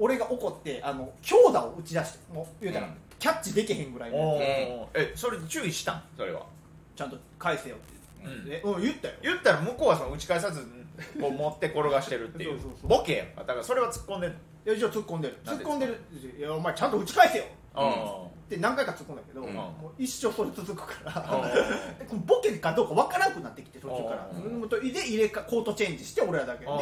Speaker 2: 俺が怒ってあの強打を打ち出してもう言うたら、
Speaker 3: うん
Speaker 2: キャッチできへんぐらいのや
Speaker 1: お
Speaker 2: つ
Speaker 1: ーえそれ注意したんそれは、
Speaker 2: ちゃんと返せよって
Speaker 1: う
Speaker 2: 言っ
Speaker 1: ん、
Speaker 2: て、うん、言ったよ
Speaker 1: 言ったら向こうはその打ち返さずこう持って転がしてるっていう
Speaker 2: そうそうそう
Speaker 1: ボケやんかだからそれは突っ込んでん
Speaker 2: いやじゃあ突っ込んでる
Speaker 1: な
Speaker 2: 突
Speaker 1: ん
Speaker 2: っ
Speaker 1: で
Speaker 2: 込んでるいやお前ちゃんと打ち返せよっ
Speaker 1: の
Speaker 2: て何回か突っ込んだけど、
Speaker 3: うん
Speaker 2: もう一生それ続くから
Speaker 1: うん
Speaker 2: でこのボケかどうかわからなくなってきて途中から
Speaker 1: うん
Speaker 2: うんとで入れかコートチェンジして俺らだけで
Speaker 1: う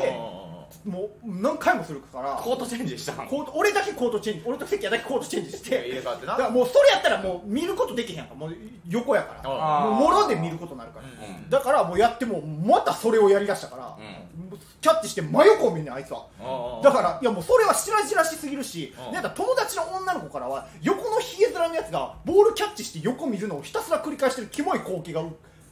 Speaker 1: ん
Speaker 2: もう何回もするから
Speaker 3: コートチェンジしたん
Speaker 2: コート俺だけコートチェンジ俺と関谷だけコートチェンジして
Speaker 1: 入れ替わってな
Speaker 2: だからもうそれやったらもう見ることできへんやんかもう横やから
Speaker 1: あ
Speaker 3: ー
Speaker 2: もうもろで見ることになるから、
Speaker 3: うん
Speaker 2: だからもうやってもまたそれをやりだしたから、
Speaker 3: うん
Speaker 2: もうキャッチして真横を見んねんあいつは
Speaker 1: あ
Speaker 2: だからいやもうそれはしらじらしすぎるし
Speaker 1: うん
Speaker 2: なんか友達の女の子からは横のひげ面のやつがボールキャッチして横見るのをひたすら繰り返してるキモい光景が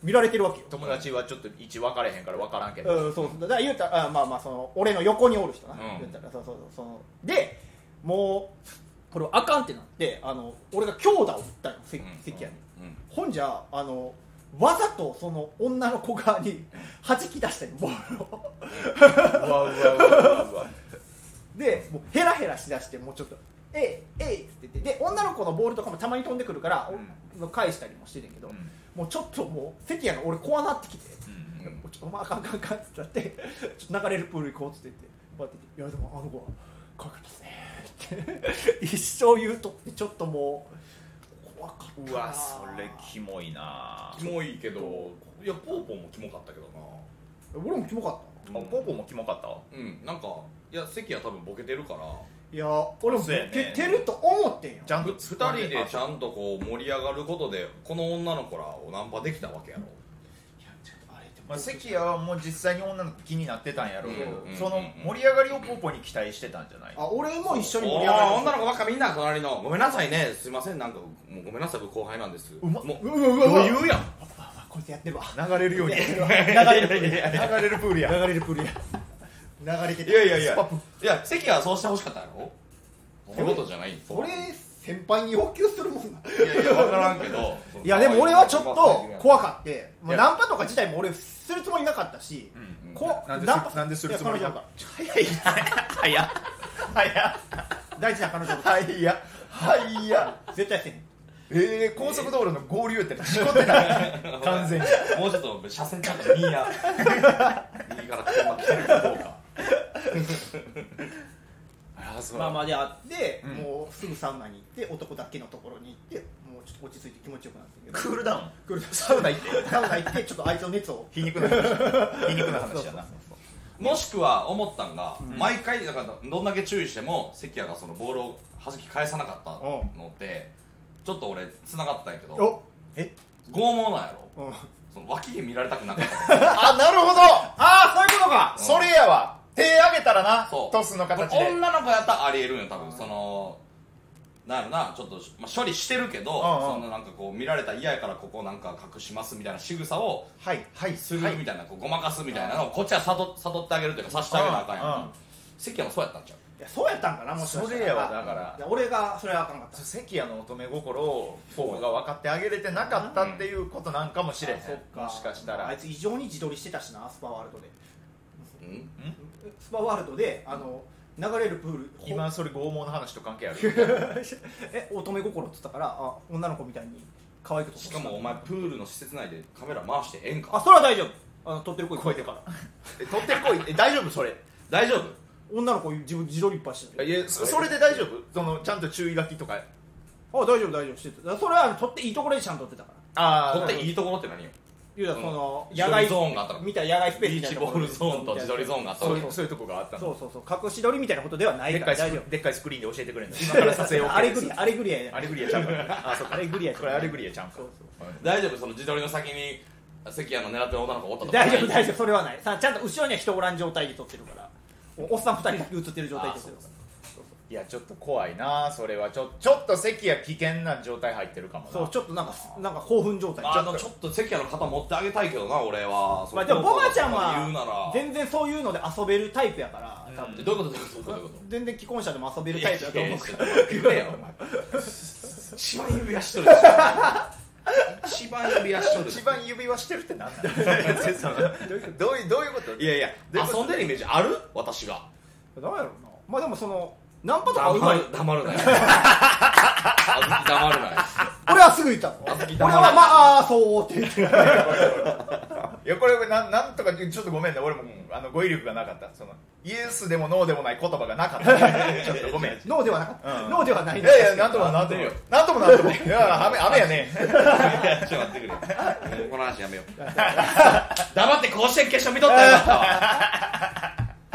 Speaker 2: 見られてるわけよ
Speaker 1: 友達はちょっと位置分かれへんから分からんけど、
Speaker 2: うん、そうそうだから言うたらあまあまあその俺の横におる人な、
Speaker 1: ん
Speaker 2: 言うたらそうそうそうそのでもうこれはあかんってなってあの俺が強打を打ったよせ
Speaker 3: うん
Speaker 2: 関谷に、
Speaker 3: うん
Speaker 2: ほんじゃあのわざとその女の子側に弾き出したりボールを
Speaker 1: うわうわうわうわうわ
Speaker 2: でもうヘラヘラしだしてもうちょっと「えいえい」っつって言ってで女の子のボールとかもたまに飛んでくるから、お返したりもしてるけど、
Speaker 1: うん
Speaker 2: もうちょっともう関谷が俺怖なってきて。
Speaker 1: うん
Speaker 2: もうちょっとお前あかんあかんあかんってなってちょっと流れるプール行こうって言ってこうやって言っていやでもあの子はかわいかったですねって一生言うとってちょっともう怖かった
Speaker 1: う
Speaker 2: な
Speaker 1: わそれキモいな
Speaker 3: キモいけどいやポーポーもキモかったけど
Speaker 2: 俺もキモかっ
Speaker 1: あポーポーもキモかった
Speaker 3: なうんなんかいや関は多分ボケてるから
Speaker 2: たいや俺も
Speaker 1: そうや
Speaker 2: 受
Speaker 1: ね
Speaker 2: けてると思ってんよ
Speaker 1: ちゃんと
Speaker 3: 2人でちゃんとこう盛り上がることでこの女の子らをナンパできたわけやろ
Speaker 2: あれでも
Speaker 1: まあ、関谷はもう実際に女の子気になってたんやろうけど、
Speaker 3: うんうん
Speaker 1: その盛り上がりをポーポーに期待してたんじゃない、
Speaker 2: あ俺も一緒に盛
Speaker 3: お
Speaker 2: り上
Speaker 3: い
Speaker 2: がる
Speaker 3: 女の子ばっかみんな隣のごめんなさいねすいませんなんかもうごめんなさい僕後輩なんです
Speaker 2: うま
Speaker 3: も
Speaker 2: うわうわうわ
Speaker 3: 余裕やん
Speaker 2: あこいつやってるわ
Speaker 1: 流れるように流
Speaker 2: 流れるプールや
Speaker 1: れるプールや
Speaker 2: 流れるプールや流れて
Speaker 3: いやいやい
Speaker 2: スパッ
Speaker 3: やいや関はそうしてほしかったやろってことじゃないん
Speaker 2: 俺先輩に要求するもんない
Speaker 3: やいや分からんけど
Speaker 2: いやでも俺はちょっと
Speaker 3: い
Speaker 2: 怖かって、まあ、
Speaker 1: いや
Speaker 2: ナンパとか自体も俺するつもりなかったし、
Speaker 1: うん
Speaker 2: こ
Speaker 1: なんです
Speaker 2: ナンパ
Speaker 1: なんでするつもり
Speaker 2: い
Speaker 1: な
Speaker 2: や
Speaker 1: か
Speaker 2: 彼
Speaker 1: っ
Speaker 2: 女だから
Speaker 1: 早っ早っ
Speaker 2: 大事な彼女だから
Speaker 1: 早っ早っ
Speaker 2: 絶対せん
Speaker 1: えー、高速道路の合流やったら事故ってない完全に
Speaker 3: もうちょっと車線ちゃんと右や右から車来てるかどうか
Speaker 1: あそう
Speaker 2: まあまあであって、
Speaker 1: うん
Speaker 2: もうすぐサウナに行って男だけのところに行ってもうちょっと落ち着いて気持ちよくなってるけ
Speaker 1: ク
Speaker 2: ど
Speaker 1: ールダウン
Speaker 2: クールダウン
Speaker 1: サウナ行って
Speaker 2: サウナ行ってちょっとあいつの熱を
Speaker 1: 皮肉な話皮肉な話やな
Speaker 3: もしくは思ったんが、毎回だからどんだけ注意しても関谷がそのボールを弾き返さなかったのってちょっと俺繋がったんやけど
Speaker 2: おえ
Speaker 3: 剛毛なんやろ
Speaker 2: うん
Speaker 3: その脇毛見られたくなかった
Speaker 1: あなるほど
Speaker 2: ああそういうことか
Speaker 1: それやわ手上げたらな
Speaker 3: そう
Speaker 1: トスの形で
Speaker 3: これ女の子やったらありえるんよ多分そのなんやろなちょっと、まあ、処理してるけど、
Speaker 1: うんうん
Speaker 3: そのなんかこう見られたら嫌やからここなんか隠しますみたいな仕草を
Speaker 1: はいはい
Speaker 3: するみたいな、こうごまかすみたいなのをこっちは悟悟ってあげるというかさしてあげなあかんやん、
Speaker 1: うんうん
Speaker 3: 関谷もそうやったんちゃう
Speaker 2: いやそうやったんかなもしかしたら
Speaker 1: それやわだから
Speaker 2: いや俺がそれはあかんかった
Speaker 1: 関谷の乙女心をフォーが分かってあげれてなかったっていうことなんかもしれへん、
Speaker 2: あそっか
Speaker 1: もしかした
Speaker 2: あ
Speaker 1: ら
Speaker 2: いつ異常に自撮りしてたしなスパワールドで
Speaker 3: うん
Speaker 2: スパワールドであの流れるプール
Speaker 1: 今それ剛毛の話と関係ある
Speaker 2: え乙女心っつったからあ女の子みたいに可愛く撮って
Speaker 3: したかもお前プールの施設内でカメラ回してええん
Speaker 2: あ
Speaker 3: か
Speaker 2: それは大丈夫あの撮ってる子超えてから
Speaker 1: え取ってこいえ大丈夫それ
Speaker 3: 大丈夫
Speaker 2: 女の子自分自撮りいっぱいしてる
Speaker 1: いやそそれで大丈夫そのちゃんと注意書きとか
Speaker 2: あ大丈夫大丈夫してただからそれはあの撮っていいところでちゃんと撮ってたから
Speaker 1: あ
Speaker 3: 取って
Speaker 1: い
Speaker 3: いいところって何よ
Speaker 2: 言うたらその、
Speaker 3: うん
Speaker 2: 野外
Speaker 3: 自撮りゾーンがあったの
Speaker 2: みたいな野外スペース
Speaker 3: ビ
Speaker 2: み
Speaker 3: ー
Speaker 2: たい
Speaker 3: チ
Speaker 2: な
Speaker 3: ボールゾーンと自撮りゾーンがあった
Speaker 1: そう
Speaker 3: わ
Speaker 1: い
Speaker 3: け
Speaker 1: うそういうとこがあったの
Speaker 2: そうそうそう隠し撮りみたいなことではない
Speaker 1: でっ
Speaker 2: か
Speaker 1: からいスク
Speaker 2: 大丈
Speaker 1: リ
Speaker 2: 夫
Speaker 1: でっかいスクリーンで教えてくれんの今から撮影を
Speaker 2: アレグリアアレグリアや
Speaker 1: ア
Speaker 2: ね
Speaker 1: レグリアちゃうからあそうか
Speaker 2: アレグリア
Speaker 1: これアレグリアちゃんか
Speaker 2: そうそう
Speaker 3: 大丈夫その自撮りの先に関谷の狙ってる女の子おったとか
Speaker 2: 大丈夫大丈夫それはないさちゃんと後ろには人おらん状態で撮ってるからおおっさん二人だけ映ってる状態で撮ってるから
Speaker 1: いやちょっと怖いなそれはちょちょっと関谷危険な状態入ってるかもな
Speaker 2: そうちょっとなんかなんか興奮状態
Speaker 3: あのちょっと関谷の肩持ってあげたいけどな俺は
Speaker 2: まあ、でもボマちゃん
Speaker 3: 言うなら
Speaker 2: は全然そういうので遊べるタイプやから多分
Speaker 3: どういうことどういうことどういうこと
Speaker 2: 全然既婚者でも遊べるタイプやと思うから
Speaker 3: くれよお前一番指輪しとるでしょ一番指輪しとるでしょ
Speaker 1: 一番指輪してるってなんだどういうどういうどういうこと
Speaker 3: いやいや遊んでるイメージある私が
Speaker 2: 何やろうなまあでもそのナンパとかはう
Speaker 3: 黙
Speaker 2: まい
Speaker 3: る黙るなよあずき黙るなよ
Speaker 2: 俺はすぐ言ったの
Speaker 3: あずき
Speaker 2: 俺
Speaker 3: 黙
Speaker 2: は
Speaker 3: る
Speaker 2: ま
Speaker 3: なよ
Speaker 2: ああーそうって言って
Speaker 1: いやこれなんなんとかちょっとごめんね俺もあの語彙力がなかったそのイエスでもノーでもない言葉がなかったちょっとごめんい
Speaker 2: ノーではなかった、
Speaker 1: うん
Speaker 2: ノーではない
Speaker 1: やいやなんともなんとも
Speaker 3: いや
Speaker 1: なんともなんともいや雨雨やね
Speaker 3: ちょっと待ってくれよこの話やめよう黙って甲子園決勝見とったらよかったわ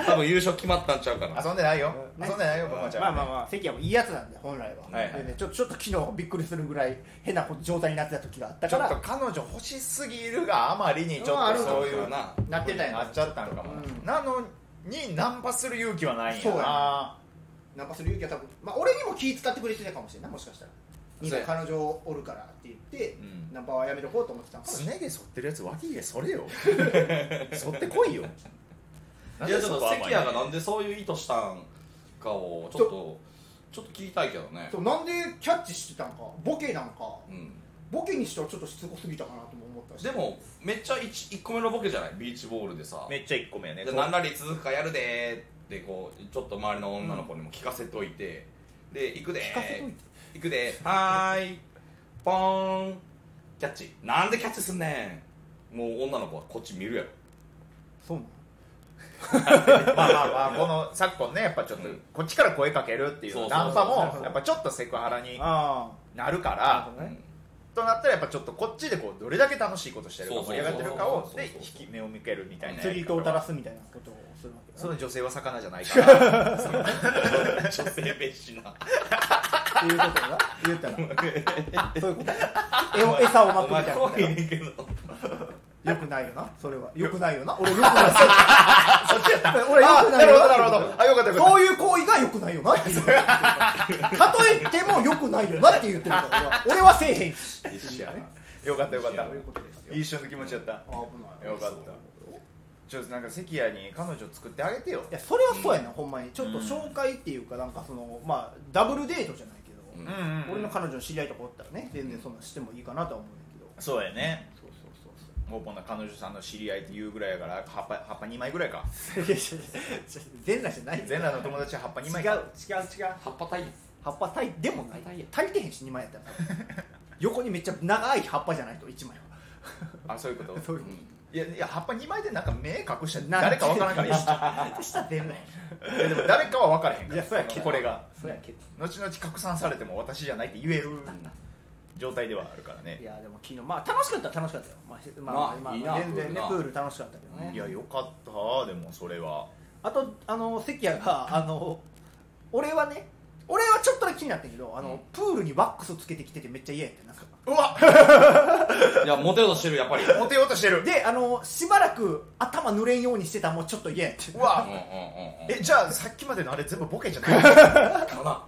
Speaker 3: 多分優勝決まったんちゃうかな
Speaker 1: 遊んでないよ
Speaker 2: うん
Speaker 1: 遊んでないよ僕はちゃん
Speaker 2: まあまあまあ関谷もいいやつなんで本来は、
Speaker 1: はいはい
Speaker 2: でね、ちょちょっと昨日びっくりするぐらい変なこと状態になってた時があった
Speaker 1: ち
Speaker 2: か
Speaker 1: ょっと
Speaker 2: ら
Speaker 1: 彼女欲しすぎるがあまりにちょ
Speaker 2: まああ
Speaker 1: っ
Speaker 2: る
Speaker 1: と
Speaker 2: んだ
Speaker 1: そういう
Speaker 3: な
Speaker 2: なってたんや
Speaker 1: なっちゃったんかもななのにナンパする勇気はないんや
Speaker 2: そうや
Speaker 1: な
Speaker 2: ナンパする勇気は多分、まあ、俺にも気使ってくれてたかもしれないもしかしたら
Speaker 3: そうや
Speaker 2: 今彼女おるからって言って、
Speaker 3: うん
Speaker 2: ナンパはやめとこうと思ってたのかもし
Speaker 1: す
Speaker 2: れない
Speaker 1: ね毛剃ってるやつ脇毛剃れよ剃ってこいよ
Speaker 3: いやちょっと関谷がなん
Speaker 1: で
Speaker 3: でそういう意図したんかをちょっとちょっと聞きたいけどね
Speaker 2: そうなんでキャッチしてたんかボケなんか
Speaker 3: うん
Speaker 2: ボケにしてはちょっとしつこすぎたかなとも思ったし
Speaker 3: でもめっちゃ 1, 個目のボケじゃないビーチボールでさ
Speaker 1: めっちゃ1個目やね
Speaker 3: で何ラリー続くかやるでーってこうちょっと周りの女の子にも聞かせといて、で行くでー
Speaker 2: 聞かせといて
Speaker 3: 行くでーはーいポーンキャッチなんでキャッチすんねんもう女の子はこっち見るやろ
Speaker 2: そうなの
Speaker 1: まあまあまあこの昨今ねやっぱちょっと
Speaker 3: うん
Speaker 1: こっちから声かけるってい
Speaker 3: そう
Speaker 1: う
Speaker 3: そう
Speaker 1: ナンパ
Speaker 2: なるほ
Speaker 1: も
Speaker 2: ど
Speaker 1: やっぱちょっとセクハラに
Speaker 2: あ
Speaker 1: なるか
Speaker 2: あなる
Speaker 1: ら
Speaker 2: ほどね、
Speaker 1: となったらやっぱちょっとこっちでこうどれだけ楽しいことしてるか
Speaker 3: そうそ
Speaker 1: 盛
Speaker 3: う
Speaker 1: り上がってるかを
Speaker 3: そう
Speaker 1: で
Speaker 3: そうそう
Speaker 1: 引き目を向けるみたいな
Speaker 2: 釣り糸を垂らすみたいなことをするわけだ
Speaker 1: そ
Speaker 2: な
Speaker 1: の女性は魚じゃない から
Speaker 3: うん女性蔑視な
Speaker 2: っていうことだな言ったらそういうことえを餌をま
Speaker 3: お
Speaker 2: くみ
Speaker 3: 前
Speaker 2: たいな
Speaker 3: 怖
Speaker 2: こと
Speaker 3: い
Speaker 2: や
Speaker 3: ねんけど
Speaker 2: よくないよなそれはよくないよな俺よくない俺よくないよ
Speaker 1: あなるほどなるほどあよかったよかった
Speaker 2: そういう行為がよくないよなっていうたとえてもよくないよなって言ってるから俺は俺はせえへんし
Speaker 3: 一緒やな
Speaker 1: よかったよかっ
Speaker 2: そういうことです
Speaker 1: た一緒の気持ちだった
Speaker 2: 危ない
Speaker 1: よかったちょっとなんか関谷に彼女作ってあげてよ
Speaker 2: いやそれはそうやな、ほんまにちょっと紹介っていうかなんかそのまあダブルデートじゃないけど、
Speaker 3: うん
Speaker 2: 俺の彼女の知り合いとかおったらね全然そんなんしてもいいかなとは思うんだけど、
Speaker 1: そうやね
Speaker 2: そうそうそうそう
Speaker 1: もうこんな彼女さんの知り合いっていうぐらいやから葉っぱ葉っぱ2枚ぐらいか
Speaker 2: いやいやいや全裸じゃない
Speaker 1: 全裸の友達は葉っぱ2枚
Speaker 2: 違う違う
Speaker 1: か
Speaker 2: 違う
Speaker 3: 葉っぱたい
Speaker 2: 葉っぱたいでもない
Speaker 3: 葉っぱ炊い
Speaker 2: 足りてへんし2枚やったら横にめっちゃ長い葉っぱじゃないと1枚は
Speaker 1: あそういうこと
Speaker 2: そういうこ
Speaker 1: いやいや葉っぱ2枚でなんか目隠した
Speaker 2: なん
Speaker 1: 誰かわ からんからいいっしょ
Speaker 2: としたら 全裸や
Speaker 1: いやでも誰かは分からへんから
Speaker 2: いやそうやけど
Speaker 1: これが
Speaker 2: そうやけど
Speaker 1: 後々拡散されても私じゃないって言える状態ではあるから
Speaker 2: い
Speaker 1: ね
Speaker 2: やでも昨日まあ楽しかったら楽しかったよまあ、まあ
Speaker 3: まあ
Speaker 2: まあ
Speaker 3: いいな
Speaker 2: 全然ね
Speaker 3: プールな
Speaker 2: プール楽しかったけどね
Speaker 1: いやよかったでもそれは
Speaker 2: あとあの関谷があの俺はね俺はちょっとだけ気になったけどあの、
Speaker 3: うん
Speaker 2: プールにワックスつけてきててめっちゃ嫌やったなんか
Speaker 1: うわ
Speaker 3: いやモテようとしてるや っぱりうんうんう
Speaker 1: モテようとしてる
Speaker 2: であのしばらく頭濡れんようにしてたのもちょっと嫌やった
Speaker 1: うわ
Speaker 3: んうん
Speaker 1: えじゃあさっきまでのあれ全部ボケじゃ ない
Speaker 3: かな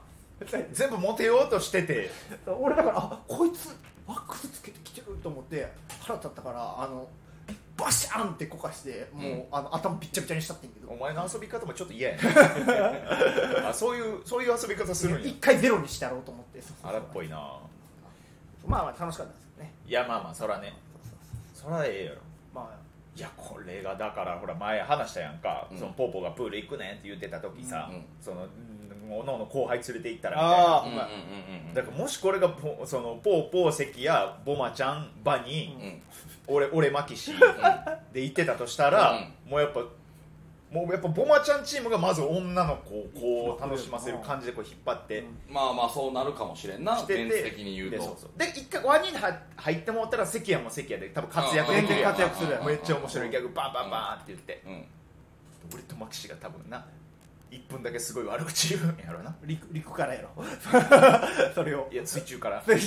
Speaker 1: 全部モテようとしてて
Speaker 2: 俺だからあこいつワックスつけてきてると思って腹立ったからあのバシャンってこかしてもう、
Speaker 3: うん
Speaker 2: あの頭びっちゃびちゃにしたってんけ
Speaker 1: お
Speaker 2: ど
Speaker 1: 前の遊び方もちょっと嫌やね あそういうそういう遊び方するんや
Speaker 2: 一回ゼロにしてやろうと思ってそうそうそう
Speaker 1: 荒っぽいな
Speaker 2: まあまあ楽しかったですよね
Speaker 1: いやまあまあそらね
Speaker 2: そうそうそう
Speaker 1: そらええやろ
Speaker 2: ま
Speaker 1: いやこれがだからほら前話したやんか、
Speaker 3: うん
Speaker 1: そのポーポーがプール行くねんって言ってた時さ、
Speaker 3: うん
Speaker 1: そのうんおのおの後輩連れて行ったらみ
Speaker 2: あ
Speaker 1: たい
Speaker 2: ー
Speaker 3: うんうん
Speaker 1: な、
Speaker 3: うん
Speaker 1: だからもしこれがポそのポーポー関やボマちゃんバニー、
Speaker 3: うんうん
Speaker 1: 俺俺マキシで行ってたとしたら、もうやっぱもうやっぱボマちゃんチームがまず女の子をこう楽しませる感じでこう引っ張って
Speaker 3: まあまあそうなるかもしれんな
Speaker 1: きてて、
Speaker 3: 現実的に言う
Speaker 1: で
Speaker 3: と
Speaker 1: そうそうで一回ワニに入入ってもらったら関谷も関谷で多分活躍できるやん
Speaker 2: 全然活躍するやん
Speaker 1: めっちゃ面白いギャグバンバンバンって言って。
Speaker 3: うん
Speaker 1: 俺とマキシが多分な1分だけすごい悪口言うんやろな
Speaker 2: あ陸陸からやろ それを
Speaker 1: いや水中 から
Speaker 3: いや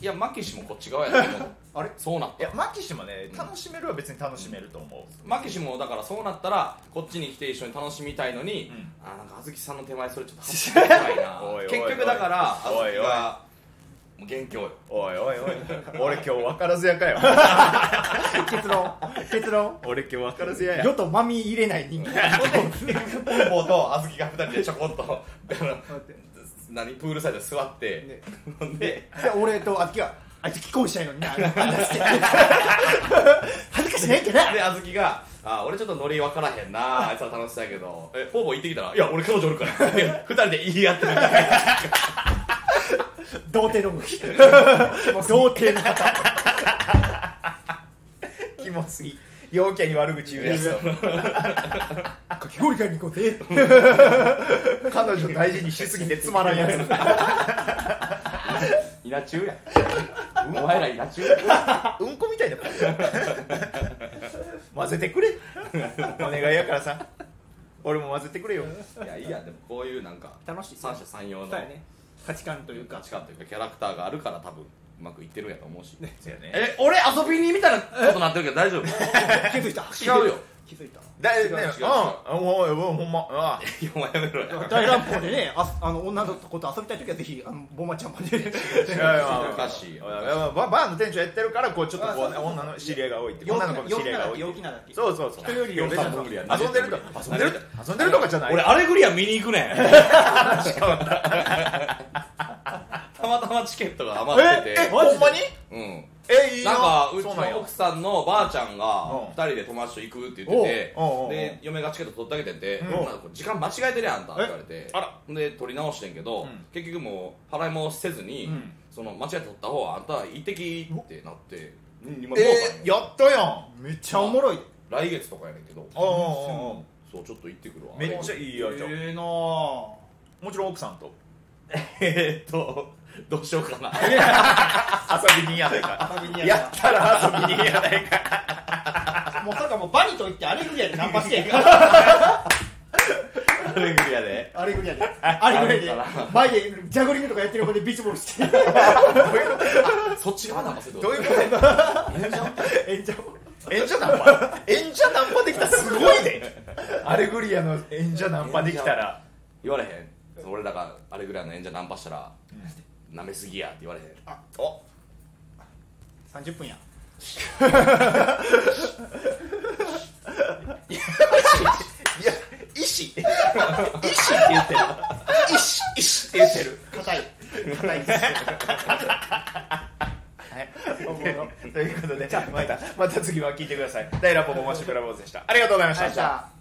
Speaker 3: いやマキシもこっち側や と思う
Speaker 2: あれ
Speaker 3: そうなっ
Speaker 1: い
Speaker 3: た
Speaker 1: やマキシもね楽しめるは別に楽しめると思う、
Speaker 3: マキシもだからそうなったらこっちに来て一緒に楽しみたいのに、
Speaker 1: うん
Speaker 3: あなんかあずきさんの手前それちょっと恥ずかしいな
Speaker 1: おいおいおい
Speaker 3: 結局だからあ
Speaker 1: おいおい
Speaker 3: ずきがもう元凶よ
Speaker 1: おいおいおい俺今日分からずやかよ
Speaker 2: 結論結論
Speaker 1: 俺今日分からずや
Speaker 2: 世とまみ入れない人間
Speaker 3: ポンポンとあずきが2人でちょ こっとあの何プールサイドに座って、ほんで
Speaker 2: で俺とあきはあいつ既婚者やのにな話 して恥ずかしないけど
Speaker 3: で、あずきが、あ、俺ちょっとノリ分からへんな、あいつは楽しそうやけど、え、ほぼ行ってきたら、いや、俺彼女お るから、で二人で言い合ってるみたいな。
Speaker 2: 童貞の向 き童貞の方
Speaker 1: キモすぎ陽キャに悪口言うやつと
Speaker 2: かき氷買いに行こうぜ
Speaker 1: 彼女大事にしすぎてつまらんやつ
Speaker 3: 稲中や。お前ら稲中や。
Speaker 1: うんこみたいな混ぜてくれお願いやからさ俺も混ぜてくれよ
Speaker 3: いやいいやでもこういうなんか
Speaker 2: 楽しい
Speaker 3: 三者三様の
Speaker 2: そうやね価値観というか
Speaker 3: 価値観というかキャラクターがあるから多分うまくいってるんやと思うし、
Speaker 1: せやね
Speaker 3: え俺遊びにみたいなことなってるけど大 丈夫
Speaker 2: 気づいた
Speaker 3: 違うよ
Speaker 2: 気づいた
Speaker 1: だ
Speaker 3: 違う
Speaker 1: ね
Speaker 3: 違う違う
Speaker 1: うんあもううんほんま あ
Speaker 3: いやお前やめろや
Speaker 2: 大乱暴でねああの女の子と遊びたい時はぜひあのボマちゃんまで
Speaker 1: いやいや
Speaker 3: おかしいよ
Speaker 1: まあまあババーの店長やってるからこうちょっとこうね
Speaker 2: あそうそうそう
Speaker 1: 女の知り合いが多いって
Speaker 2: 陽気
Speaker 1: 女
Speaker 2: な
Speaker 1: の子の知り合いが多い
Speaker 2: 陽
Speaker 1: って
Speaker 2: 気なだけ
Speaker 1: そうそうそう
Speaker 2: 人より
Speaker 1: 遊
Speaker 2: 陽
Speaker 1: ん
Speaker 2: 気
Speaker 1: で
Speaker 2: な
Speaker 1: る
Speaker 2: だ
Speaker 1: と
Speaker 2: け
Speaker 1: 遊んでると遊んでる遊んでるとかじゃない
Speaker 3: 俺あれぐりは見に行くねん たまたまチケットが余って
Speaker 1: え
Speaker 3: て
Speaker 1: えほんまに
Speaker 3: うん
Speaker 1: えいい
Speaker 3: なんかうち
Speaker 1: そうなんや
Speaker 3: の奥さんのばあちゃん
Speaker 1: うん
Speaker 3: が2人で友達と行くって言ってて
Speaker 1: おうおうおう
Speaker 3: で嫁がチケット取ってあげてて
Speaker 1: うん
Speaker 3: 女の子時間間違えてるやんあんたって言われて
Speaker 1: あら
Speaker 3: で取り直してんけ
Speaker 1: う
Speaker 3: ど
Speaker 1: ん
Speaker 3: 結局もう払いもせずに
Speaker 1: うん
Speaker 3: その間違えて取った方はあんた一滴ってなってうん今
Speaker 1: えー
Speaker 3: どうかね
Speaker 1: やったやん
Speaker 2: めっちゃおもろい
Speaker 3: 来月とかやねんけど
Speaker 1: おうおうおう
Speaker 3: そうちょっと行ってくるわ
Speaker 1: めっちゃいいやんじゃあ
Speaker 2: ええなあ
Speaker 1: もちろん奥さんと
Speaker 3: えーっとどうしようかな
Speaker 1: 遊びにやないか
Speaker 2: 遊びにや
Speaker 1: やったら遊びにやないか
Speaker 2: もうそれかもうバニと言ってアレグリアでナンパしてやから
Speaker 3: アレグリアで
Speaker 2: アレグリアでアレグリアで前でジャグリングとかやってる方でビーチボールして
Speaker 3: そっち側なんかせど
Speaker 1: どういううこと
Speaker 2: 演者も
Speaker 1: 演者ナンパ演者ナンパできたらすごいねアレグリアの演者ナンパできたら
Speaker 3: 言われへん俺らがアレグリアの演者ナンパしたらなめすぎやって言われへん
Speaker 1: お
Speaker 2: 30分や
Speaker 1: いや意志意志って言ってる意志意志って言ってる
Speaker 2: 硬い硬いです
Speaker 1: ということでまたまた次は聞いてください大ラポボマッシュクラボーズでしたありがとうございました